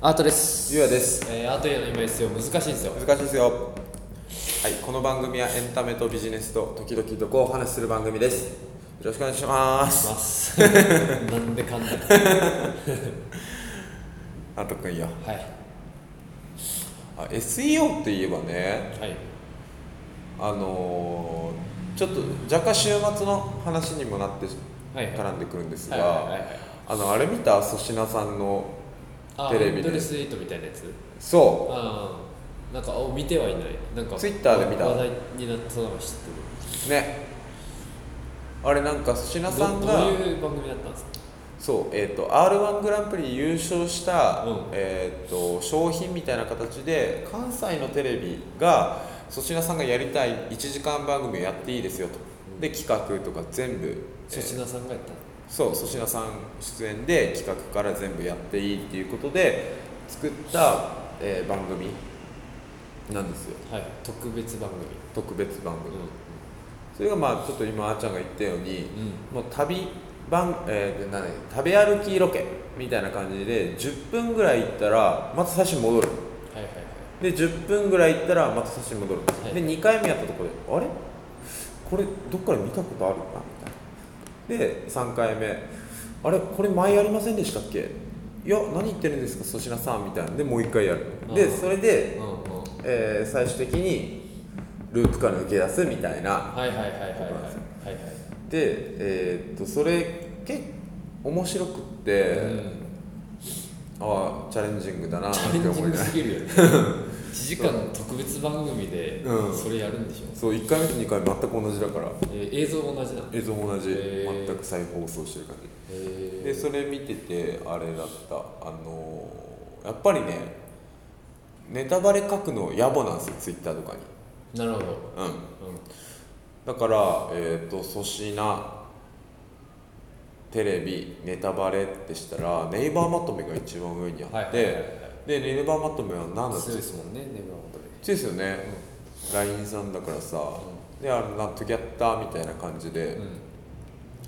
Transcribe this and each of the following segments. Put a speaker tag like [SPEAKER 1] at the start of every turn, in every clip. [SPEAKER 1] アートです
[SPEAKER 2] ゆうやです
[SPEAKER 1] えーアートへの今ですよ難しいんですよ
[SPEAKER 2] 難しいですよはいこの番組はエンタメとビジネスと時々どこをお話しする番組ですよろしくお願いします
[SPEAKER 1] ますなんでかんだは
[SPEAKER 2] あとくんよ
[SPEAKER 1] い
[SPEAKER 2] あ SEO って言えばね
[SPEAKER 1] はい
[SPEAKER 2] あのーちょっと若干週末の話にもなって
[SPEAKER 1] はいはい
[SPEAKER 2] 絡んでくるんです
[SPEAKER 1] はいはいはい
[SPEAKER 2] が
[SPEAKER 1] はい
[SPEAKER 2] あのあれ見た粗品さんの
[SPEAKER 1] あ
[SPEAKER 2] テレビで
[SPEAKER 1] アンドレスイートみたいなやつ
[SPEAKER 2] そ
[SPEAKER 1] ああなんかお見てはいないなんか
[SPEAKER 2] Twitter で見た
[SPEAKER 1] 話題になったのは知ってる
[SPEAKER 2] うねあれなんか粗品さん
[SPEAKER 1] ど
[SPEAKER 2] が
[SPEAKER 1] どういう番組だったんですか
[SPEAKER 2] そう、えー、と r 1グランプリ優勝した、
[SPEAKER 1] うん
[SPEAKER 2] えー、と商品みたいな形で関西のテレビが粗品さんがやりたい1時間番組をやっていいですよと
[SPEAKER 1] うん
[SPEAKER 2] で企画とか全部、え
[SPEAKER 1] 粗
[SPEAKER 2] ー
[SPEAKER 1] 品さんがやったの
[SPEAKER 2] そう粗品さん出演で企画から全部やっていいっていうことで作った、えー番組なんですよ
[SPEAKER 1] はい特別番組
[SPEAKER 2] 特別番組、
[SPEAKER 1] う
[SPEAKER 2] それがまあちょっと今あーちゃんが言ったように、
[SPEAKER 1] んうん
[SPEAKER 2] もう旅番、えー、で何食べ歩きロケみたいな感じで10分ぐらい行ったらまた最初に戻る
[SPEAKER 1] はいはいはい
[SPEAKER 2] で10分ぐらい行ったらまた最初に戻る、
[SPEAKER 1] はい
[SPEAKER 2] で2回目やったところであれこれどっから見たことあるなみたいなで3回目あれこれ前やりませんでしたっけいや何言ってるんですか粗品さんみたいなんでもう1回やる
[SPEAKER 1] う
[SPEAKER 2] で
[SPEAKER 1] ん
[SPEAKER 2] それで、
[SPEAKER 1] うんうん
[SPEAKER 2] えー最終的にループから抜け出すみたいな
[SPEAKER 1] はいはいはいはいはい
[SPEAKER 2] なんですよ
[SPEAKER 1] はいはい
[SPEAKER 2] で、えーっとそれ結構面白くって、
[SPEAKER 1] うん
[SPEAKER 2] ああチャレンジングだなって
[SPEAKER 1] チャレンジ
[SPEAKER 2] 思い
[SPEAKER 1] ング
[SPEAKER 2] ながら
[SPEAKER 1] すぎ るよね1時間の特別番組で
[SPEAKER 2] うん
[SPEAKER 1] それやるんでしょ、
[SPEAKER 2] そう1回目と2回目全く同じだから
[SPEAKER 1] えー映像も同じなの、
[SPEAKER 2] 映像も同じ、
[SPEAKER 1] へー
[SPEAKER 2] 全く再放送してる感じ
[SPEAKER 1] えー
[SPEAKER 2] でそれ見ててあれだったあのーやっぱりねネタバレ書くの野暮なんですよツイッターとかに
[SPEAKER 1] なるほど、
[SPEAKER 2] うん
[SPEAKER 1] う
[SPEAKER 2] だからえっ、と粗品テレビネタバレってしたらネイバーまとめが一番上にあっ
[SPEAKER 1] ん、
[SPEAKER 2] て、
[SPEAKER 1] はいはいはいはい
[SPEAKER 2] でネイバーまとめは何だっ
[SPEAKER 1] 強いで
[SPEAKER 2] け
[SPEAKER 1] すもんねネバーモントレ
[SPEAKER 2] 強いですよね、LINE さんだからさ、であのなんとギャッターみたいな感じで、
[SPEAKER 1] うん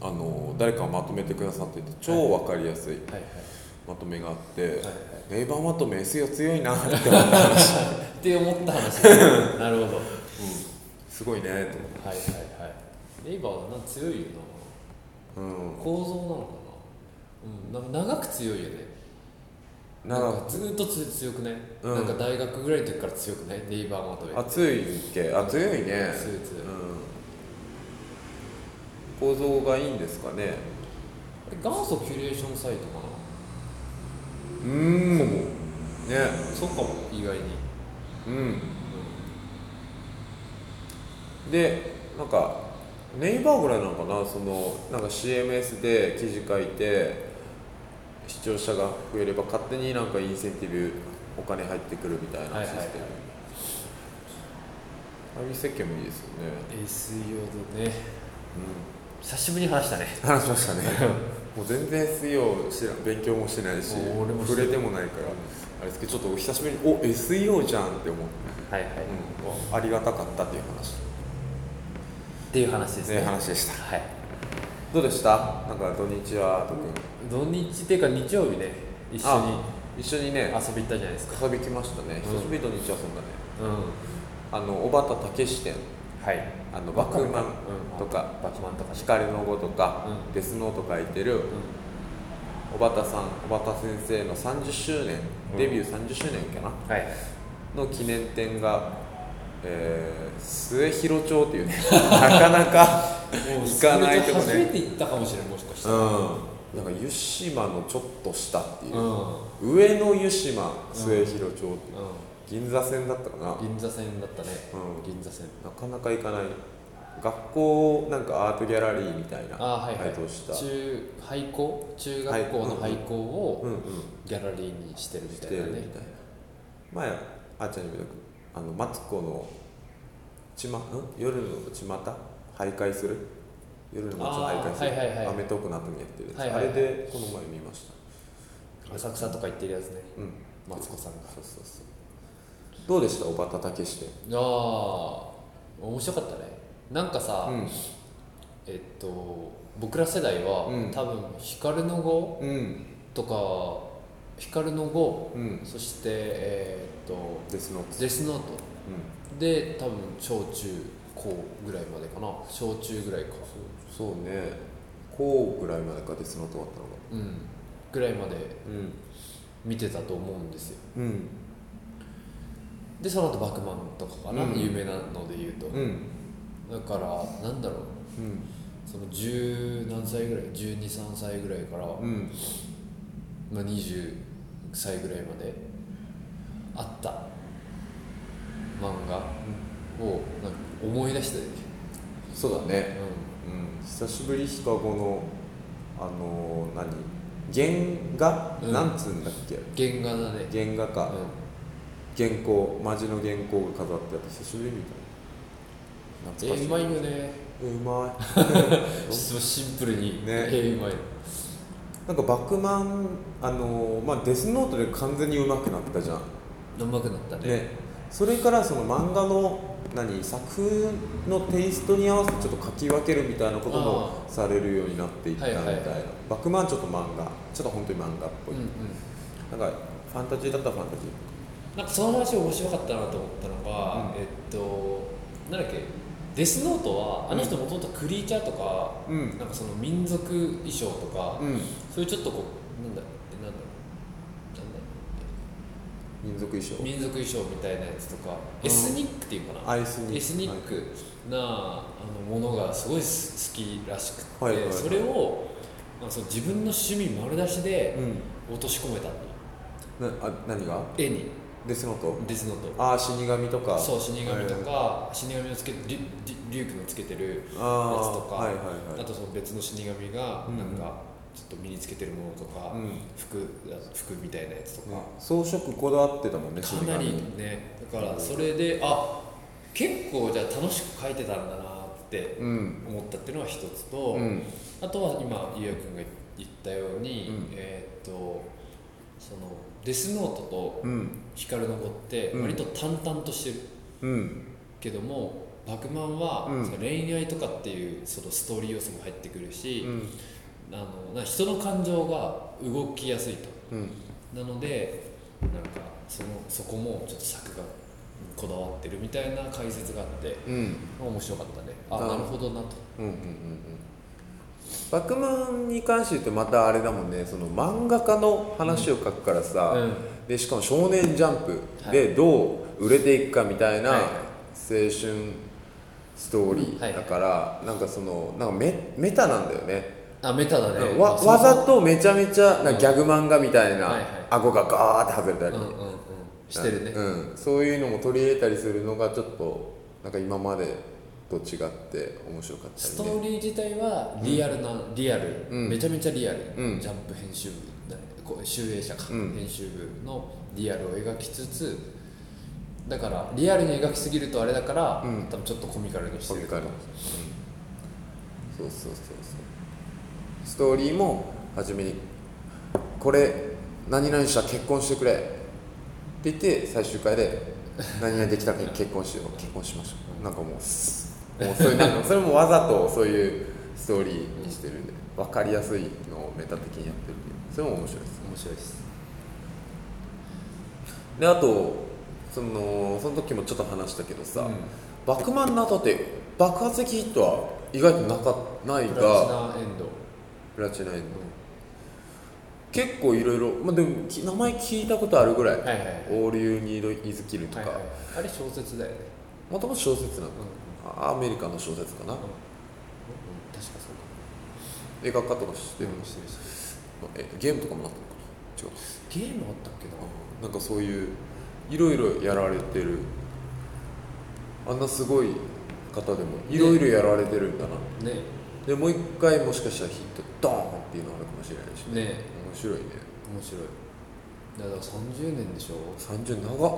[SPEAKER 2] あの誰かがまとめてくださってて超わかりやすい
[SPEAKER 1] はい
[SPEAKER 2] まとめがあって、
[SPEAKER 1] はいはい
[SPEAKER 2] ネイバーまとめ SEO 強いなって思った話
[SPEAKER 1] って思った話 なるほどはい
[SPEAKER 2] すごいねと思って
[SPEAKER 1] はいはいネイバーはな強いよ
[SPEAKER 2] うん
[SPEAKER 1] な構造なのかな,、うん、なんか長く強いよね
[SPEAKER 2] なんか
[SPEAKER 1] ずーっとつ強くない、
[SPEAKER 2] うん
[SPEAKER 1] なんか大学ぐらいの時から強くないネイバーまとめ
[SPEAKER 2] 熱いっけあ強い
[SPEAKER 1] 強い強
[SPEAKER 2] ね
[SPEAKER 1] い
[SPEAKER 2] うん、構造がいいんですかね
[SPEAKER 1] あれ元祖キュレーションサイトかな
[SPEAKER 2] うーんね
[SPEAKER 1] そうかも意外に
[SPEAKER 2] うんでなんかネイバーぐらいなのかなそのなんか CMS で記事書いて視聴者が増えれば勝手になんかインセンティブお金入ってくるみたい
[SPEAKER 1] は
[SPEAKER 2] ないシ
[SPEAKER 1] は
[SPEAKER 2] ス
[SPEAKER 1] いはい
[SPEAKER 2] テムサービス設計もいいですよね
[SPEAKER 1] SEO でね久しぶりに話したね
[SPEAKER 2] うん話しまし たねもう全然 SEO 知らん勉強もしてないし
[SPEAKER 1] もう俺もして
[SPEAKER 2] 触れてもないからあれですけどちょっと久しぶりにお SEO じゃんって思って、
[SPEAKER 1] はいはい、っ
[SPEAKER 2] うん、ありがたかったっていう話
[SPEAKER 1] ていう話で
[SPEAKER 2] です
[SPEAKER 1] ね
[SPEAKER 2] 話でした
[SPEAKER 1] はい
[SPEAKER 2] どうでしたなんか土日は特に
[SPEAKER 1] 土日っていうか日曜日ね一緒に
[SPEAKER 2] 一緒にね
[SPEAKER 1] 遊び行ったじゃないですか
[SPEAKER 2] 遊び来ましたね
[SPEAKER 1] うん
[SPEAKER 2] 久しぶりに土日遊んだね、
[SPEAKER 1] うん
[SPEAKER 2] あの小畑武史店
[SPEAKER 1] はい
[SPEAKER 2] あのバックマン
[SPEAKER 1] うん
[SPEAKER 2] とか
[SPEAKER 1] バキマンとかね
[SPEAKER 2] 光の碁とか、
[SPEAKER 1] うん
[SPEAKER 2] デスノート書いてる
[SPEAKER 1] う
[SPEAKER 2] 小畑さん小畑先生の30周年
[SPEAKER 1] うん
[SPEAKER 2] デビュー30周年かな、
[SPEAKER 1] んはい
[SPEAKER 2] の記念展が、えー、末広町っていう ねなかなか行かないとこ
[SPEAKER 1] 初め
[SPEAKER 2] ね
[SPEAKER 1] て行ったかもしれんもしかし
[SPEAKER 2] う
[SPEAKER 1] たら
[SPEAKER 2] んなんか湯島のちょっと下っていう
[SPEAKER 1] う、ん、うん
[SPEAKER 2] 上野湯島末広町、銀座線だったかな、
[SPEAKER 1] 銀座線だったね、
[SPEAKER 2] うん
[SPEAKER 1] 銀座線
[SPEAKER 2] なかなか行かない学校なんかアートギャラリーみたいな
[SPEAKER 1] あーはいはい
[SPEAKER 2] 配当した、
[SPEAKER 1] 中廃校中学校の
[SPEAKER 2] は
[SPEAKER 1] 廃
[SPEAKER 2] い
[SPEAKER 1] 校を
[SPEAKER 2] うんうん
[SPEAKER 1] ギャラリーにしてるみ
[SPEAKER 2] したて
[SPEAKER 1] い
[SPEAKER 2] る
[SPEAKER 1] な
[SPEAKER 2] み
[SPEAKER 1] ね
[SPEAKER 2] たいな前あーちゃんにもよくあのマツコのちまん夜の巷徘徊する夜の街を徘徊する
[SPEAKER 1] あーはいはいはい
[SPEAKER 2] アメトークの後にやってるやつ、
[SPEAKER 1] はいはいはい
[SPEAKER 2] あれでこの前見ました
[SPEAKER 1] 浅草とか行ってるやつね
[SPEAKER 2] うん
[SPEAKER 1] マツコさんが
[SPEAKER 2] そうそうそうどうでした小畑武史で
[SPEAKER 1] ああ面白かったねなんかさ、
[SPEAKER 2] うん
[SPEAKER 1] えっと僕ら世代は、
[SPEAKER 2] うん
[SPEAKER 1] 多分光の碁
[SPEAKER 2] うん
[SPEAKER 1] とかヒカルの碁
[SPEAKER 2] うん
[SPEAKER 1] そしてえーっと
[SPEAKER 2] デスノート
[SPEAKER 1] デスノート
[SPEAKER 2] うん
[SPEAKER 1] で多分小中高ぐらいまでかな小中ぐらいか
[SPEAKER 2] そうねこうぐらいまでかデスノート終わったのが
[SPEAKER 1] うんぐらいまで
[SPEAKER 2] うん
[SPEAKER 1] 見てたと思うんですよ
[SPEAKER 2] うん
[SPEAKER 1] でその後バックマンとかかな、
[SPEAKER 2] うん
[SPEAKER 1] 有名なので言うと、
[SPEAKER 2] うん
[SPEAKER 1] だからなんだろう
[SPEAKER 2] うん
[SPEAKER 1] その十何歳ぐらい1 2 3歳ぐらいから、
[SPEAKER 2] うん
[SPEAKER 1] まあ、20歳ぐらいまであった漫画をなんか思い出したでし
[SPEAKER 2] そうだ
[SPEAKER 1] ょ、
[SPEAKER 2] ね
[SPEAKER 1] う
[SPEAKER 2] うん久しぶりシカゴのあのー、何原画、
[SPEAKER 1] うん
[SPEAKER 2] なんつうんだっけ
[SPEAKER 1] ん、原画だね、
[SPEAKER 2] 原画か、原稿マジの原稿が飾ってあって久しぶりみた
[SPEAKER 1] うん、
[SPEAKER 2] いな
[SPEAKER 1] 絵うま
[SPEAKER 2] い
[SPEAKER 1] いよね
[SPEAKER 2] えうま
[SPEAKER 1] そうシンプルに
[SPEAKER 2] ね
[SPEAKER 1] 絵うまい
[SPEAKER 2] いなんかバックマンあのー、まあデスノートで完全にうまくなったじゃん
[SPEAKER 1] うまくなったね
[SPEAKER 2] ねそれからその漫画の何作風のテイストに合わせてちょっと書き分けるみたいなこともされるようになっていったみたい
[SPEAKER 1] は
[SPEAKER 2] な、
[SPEAKER 1] いはいはい
[SPEAKER 2] バックマンちょっと漫画ちょっと本当に漫画っぽ
[SPEAKER 1] う
[SPEAKER 2] い、
[SPEAKER 1] んうん
[SPEAKER 2] なんかファンタジーだったらファンタジ
[SPEAKER 1] なんかその話面白かったなと思ったのが、
[SPEAKER 2] うん
[SPEAKER 1] えっとなんだっけデスノートはあの人もともとクリーチャーとか、
[SPEAKER 2] ーうん
[SPEAKER 1] なんかその民族衣装とか、
[SPEAKER 2] うん
[SPEAKER 1] そういうちょっとこうなんだえなんだなんだ
[SPEAKER 2] 民族衣装
[SPEAKER 1] 民族衣装みたいなやつとか、
[SPEAKER 2] うん
[SPEAKER 1] エスニックっていうかな
[SPEAKER 2] アイスに
[SPEAKER 1] エスニックなあのものがすごいす好きらしくて、
[SPEAKER 2] はいはいはい
[SPEAKER 1] それをなんかその自分の趣味丸出しで
[SPEAKER 2] うん
[SPEAKER 1] 落とし込めたの
[SPEAKER 2] なあ何が
[SPEAKER 1] 絵に
[SPEAKER 2] デスノート
[SPEAKER 1] デスノー
[SPEAKER 2] ああ死神とか
[SPEAKER 1] トそう死神と
[SPEAKER 2] はい
[SPEAKER 1] か、死神のつけリュリュリュウクのつけてる
[SPEAKER 2] ああ
[SPEAKER 1] やつとか
[SPEAKER 2] はいはい
[SPEAKER 1] あ
[SPEAKER 2] はい
[SPEAKER 1] とその別の死神が
[SPEAKER 2] うん
[SPEAKER 1] なんかちょっと身につけてるものとか、
[SPEAKER 2] うん
[SPEAKER 1] 服だ服みたいなやつとか、
[SPEAKER 2] ね装飾こだわってたもんね死
[SPEAKER 1] か
[SPEAKER 2] 神
[SPEAKER 1] なりねだからそれであ結構じゃあ楽しく書いてたんだなって
[SPEAKER 2] うん
[SPEAKER 1] 思ったっていうのは一つと、
[SPEAKER 2] うん
[SPEAKER 1] あとは今ゆうやくんが言ったように、
[SPEAKER 2] うん
[SPEAKER 1] えーっとそのデスノートと
[SPEAKER 2] うん
[SPEAKER 1] 光の子って
[SPEAKER 2] うん
[SPEAKER 1] 割と淡々としてる
[SPEAKER 2] うん
[SPEAKER 1] けども、バクマンは、
[SPEAKER 2] うん
[SPEAKER 1] その恋愛とかっていうそのストーリー要素も入ってくる
[SPEAKER 2] う
[SPEAKER 1] し、
[SPEAKER 2] ん
[SPEAKER 1] あのなんか人の感情が動きやすいと。
[SPEAKER 2] うん
[SPEAKER 1] なのでなんかそのそこもちょっと作画にこだわってるみたいな解説があって
[SPEAKER 2] うん
[SPEAKER 1] 面白かったねあ
[SPEAKER 2] あー
[SPEAKER 1] なるほどなと
[SPEAKER 2] うんうんうんうんバックマンに関して言うとまたあれだもんねその漫画家の話を書くからさ、
[SPEAKER 1] うん
[SPEAKER 2] でしかも「少年ジャンプ」
[SPEAKER 1] はい
[SPEAKER 2] でどう売れていくかみたいな
[SPEAKER 1] はい
[SPEAKER 2] 青
[SPEAKER 1] はい
[SPEAKER 2] 春ストーリ
[SPEAKER 1] はい
[SPEAKER 2] ー
[SPEAKER 1] は
[SPEAKER 2] だ
[SPEAKER 1] い
[SPEAKER 2] から、なんかそのなんかメメタなんだよね
[SPEAKER 1] あメタだねそ
[SPEAKER 2] わ
[SPEAKER 1] うそう
[SPEAKER 2] わざとめちゃめちゃなんかギャグ漫画みたいな、
[SPEAKER 1] はいはい
[SPEAKER 2] 顎がガーって外れた
[SPEAKER 1] うん
[SPEAKER 2] り、
[SPEAKER 1] うんうんしてるね
[SPEAKER 2] うん、そういうのも取り入れたりするのがちょっとなんか今までと違って面白かったり、ね、
[SPEAKER 1] ストーリー自体はリアルな、リアル、
[SPEAKER 2] うん
[SPEAKER 1] めちゃめちゃリアル、
[SPEAKER 2] うん
[SPEAKER 1] ジャンプ編集部なこう集英社か、
[SPEAKER 2] うん
[SPEAKER 1] 編集部のリアルを描きつつだからリアルに描きすぎるとあれだから、
[SPEAKER 2] うん
[SPEAKER 1] 多分ちょっとコミカルにして
[SPEAKER 2] わ
[SPEAKER 1] る
[SPEAKER 2] かるそうそうそうそうストーリーも初めに「これ何々した結婚してくれ」って言って最終回で「何々できたけ結婚しよう結婚しましょう」なんかもうすもうそういうなんかそれもわざとそういうストーリーにしてるんで分かりやすいのをメタ的にやってるっていうそれも面白いです
[SPEAKER 1] 面白いです
[SPEAKER 2] であとそのその時もちょっと話したけどさ、
[SPEAKER 1] うん
[SPEAKER 2] バックマンの後って爆発的ヒットは意外となかない
[SPEAKER 1] プラチ
[SPEAKER 2] が
[SPEAKER 1] ナエンド
[SPEAKER 2] プラチナエンド結構いろいろまあでもき名前聞いたことあるぐらい
[SPEAKER 1] はいはいはい
[SPEAKER 2] 「オール・ユニード・イズ・キル」と
[SPEAKER 1] はいはい
[SPEAKER 2] か
[SPEAKER 1] あれ小説だよね、
[SPEAKER 2] もともと小説なの
[SPEAKER 1] うんうん、
[SPEAKER 2] あアメリカの小説か
[SPEAKER 1] 確
[SPEAKER 2] な
[SPEAKER 1] かそうか
[SPEAKER 2] 映画化とかしてる
[SPEAKER 1] うん
[SPEAKER 2] し
[SPEAKER 1] してるして
[SPEAKER 2] えゲームとかもなったのかな違う
[SPEAKER 1] るゲームあったっけな
[SPEAKER 2] あなんかそういういろいろやられてるあんなすごい方でもいろいろやられてるんだな、
[SPEAKER 1] ね
[SPEAKER 2] でもう一回もしかしたらヒットドーンっていうのあるかもしれないしね
[SPEAKER 1] ね
[SPEAKER 2] 面白いね
[SPEAKER 1] 面白いだから30年でしょい
[SPEAKER 2] 30長っ
[SPEAKER 1] や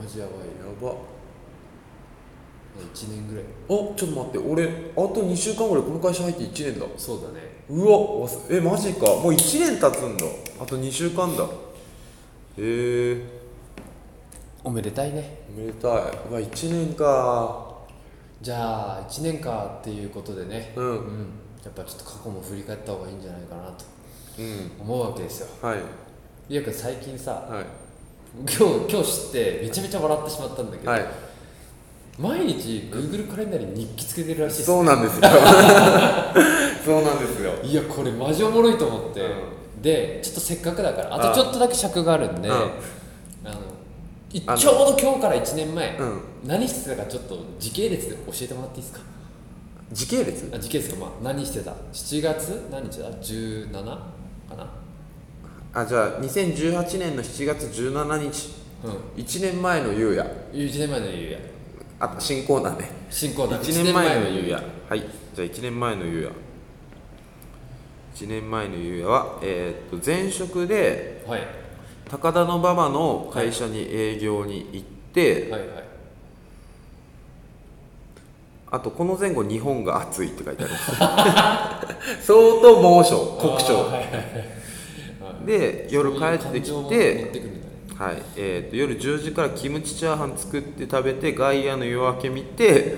[SPEAKER 1] マジやばいよ
[SPEAKER 2] やば
[SPEAKER 1] 1年ぐらい
[SPEAKER 2] あちょっと待って俺あと2週間ぐらいこの会社入って1年だ
[SPEAKER 1] そうだね
[SPEAKER 2] うわ忘えマジかもう1年経つんだあと2週間だへえ
[SPEAKER 1] おめでたいね
[SPEAKER 2] おめでたいうわ1年か
[SPEAKER 1] じゃあ1年かっていうことでね
[SPEAKER 2] うん
[SPEAKER 1] う、んやっぱちょっと過去も振り返った方がいいんじゃないかなと
[SPEAKER 2] うん
[SPEAKER 1] 思うわけですよ
[SPEAKER 2] はい
[SPEAKER 1] リア君最近さ
[SPEAKER 2] はい
[SPEAKER 1] 今日今日知ってめちゃめちゃ笑ってしまったんだけど、
[SPEAKER 2] はい
[SPEAKER 1] 毎日 Google カレンダーに日記つけてるらしいっす
[SPEAKER 2] そうなんですよ そうなんですよ
[SPEAKER 1] いやこれマジおもろいと思って、
[SPEAKER 2] う
[SPEAKER 1] でちょっとせっかくだからあとちょっとだけ尺があるんで、
[SPEAKER 2] うん
[SPEAKER 1] あのい
[SPEAKER 2] あの
[SPEAKER 1] ちょうど今日から1年前、
[SPEAKER 2] うん
[SPEAKER 1] 何してたかちょっと時系列で教えてもらっていいですか
[SPEAKER 2] 時系列
[SPEAKER 1] あ時系列かまあ何してた7月何日だ17かな
[SPEAKER 2] あじゃあ2018年の7月17日
[SPEAKER 1] うん
[SPEAKER 2] 1年前の夕夜
[SPEAKER 1] 1年前の夕夜
[SPEAKER 2] あ新コーナーね
[SPEAKER 1] 新コーナー
[SPEAKER 2] 1年前の
[SPEAKER 1] 一
[SPEAKER 2] 夕夜はいじゃあ1年前の夕夜1年前の夕夜は、えーっと前職で
[SPEAKER 1] 夜はい
[SPEAKER 2] 高田馬場の会社に営業に行って、
[SPEAKER 1] はいはい
[SPEAKER 2] あとこの前後日本が暑いって書いてありま す相当猛暑酷
[SPEAKER 1] あー
[SPEAKER 2] 暑
[SPEAKER 1] はいはいはい
[SPEAKER 2] で夜帰って
[SPEAKER 1] そういう感情
[SPEAKER 2] き
[SPEAKER 1] も
[SPEAKER 2] て
[SPEAKER 1] 乗ってくるんだね
[SPEAKER 2] はいえー、と夜10時からキムチチャーハン作って食べてガイアの夜明け見て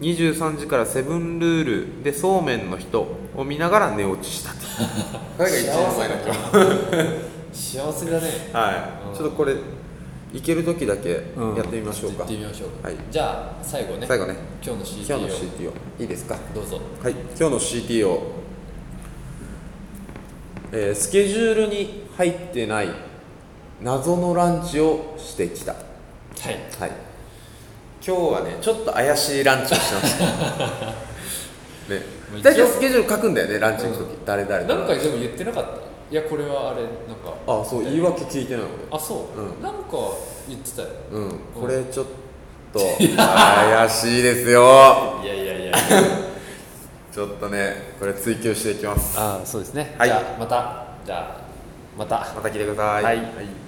[SPEAKER 2] 23時からセブンルールでそうめんの人を見ながら寝落ち したってこれが一番前だった
[SPEAKER 1] 幸せだね
[SPEAKER 2] はいちょっとこれ行ける時だけやってみましょう
[SPEAKER 1] 行
[SPEAKER 2] か、
[SPEAKER 1] ってみましょうか
[SPEAKER 2] はい
[SPEAKER 1] じゃあ最後ね
[SPEAKER 2] 最後ね
[SPEAKER 1] 今日の
[SPEAKER 2] 今日の
[SPEAKER 1] CT
[SPEAKER 2] CTO いいですか
[SPEAKER 1] をどうぞ
[SPEAKER 2] はい、今日の CTO、えースケジュールに入ってない謎のランチをしてきた、はい、
[SPEAKER 1] はい
[SPEAKER 2] 今日はねちょっと怪しいランチをしてま したね
[SPEAKER 1] まあ
[SPEAKER 2] 大
[SPEAKER 1] 一応
[SPEAKER 2] 体スケジュール書くんだよねランチの時、誰々と
[SPEAKER 1] なんかでも言ってなかったいやこれはあれなんか
[SPEAKER 2] あそう言い訳聞いてないの
[SPEAKER 1] あそう、
[SPEAKER 2] うん
[SPEAKER 1] なんか言ってたよ
[SPEAKER 2] 俺うんこれちょっと怪しいですよ
[SPEAKER 1] いやいやいや
[SPEAKER 2] ちょっとねこれ追求していきます
[SPEAKER 1] ああそうですね、
[SPEAKER 2] はい
[SPEAKER 1] じゃあまたじゃあまた
[SPEAKER 2] また来てください
[SPEAKER 1] はい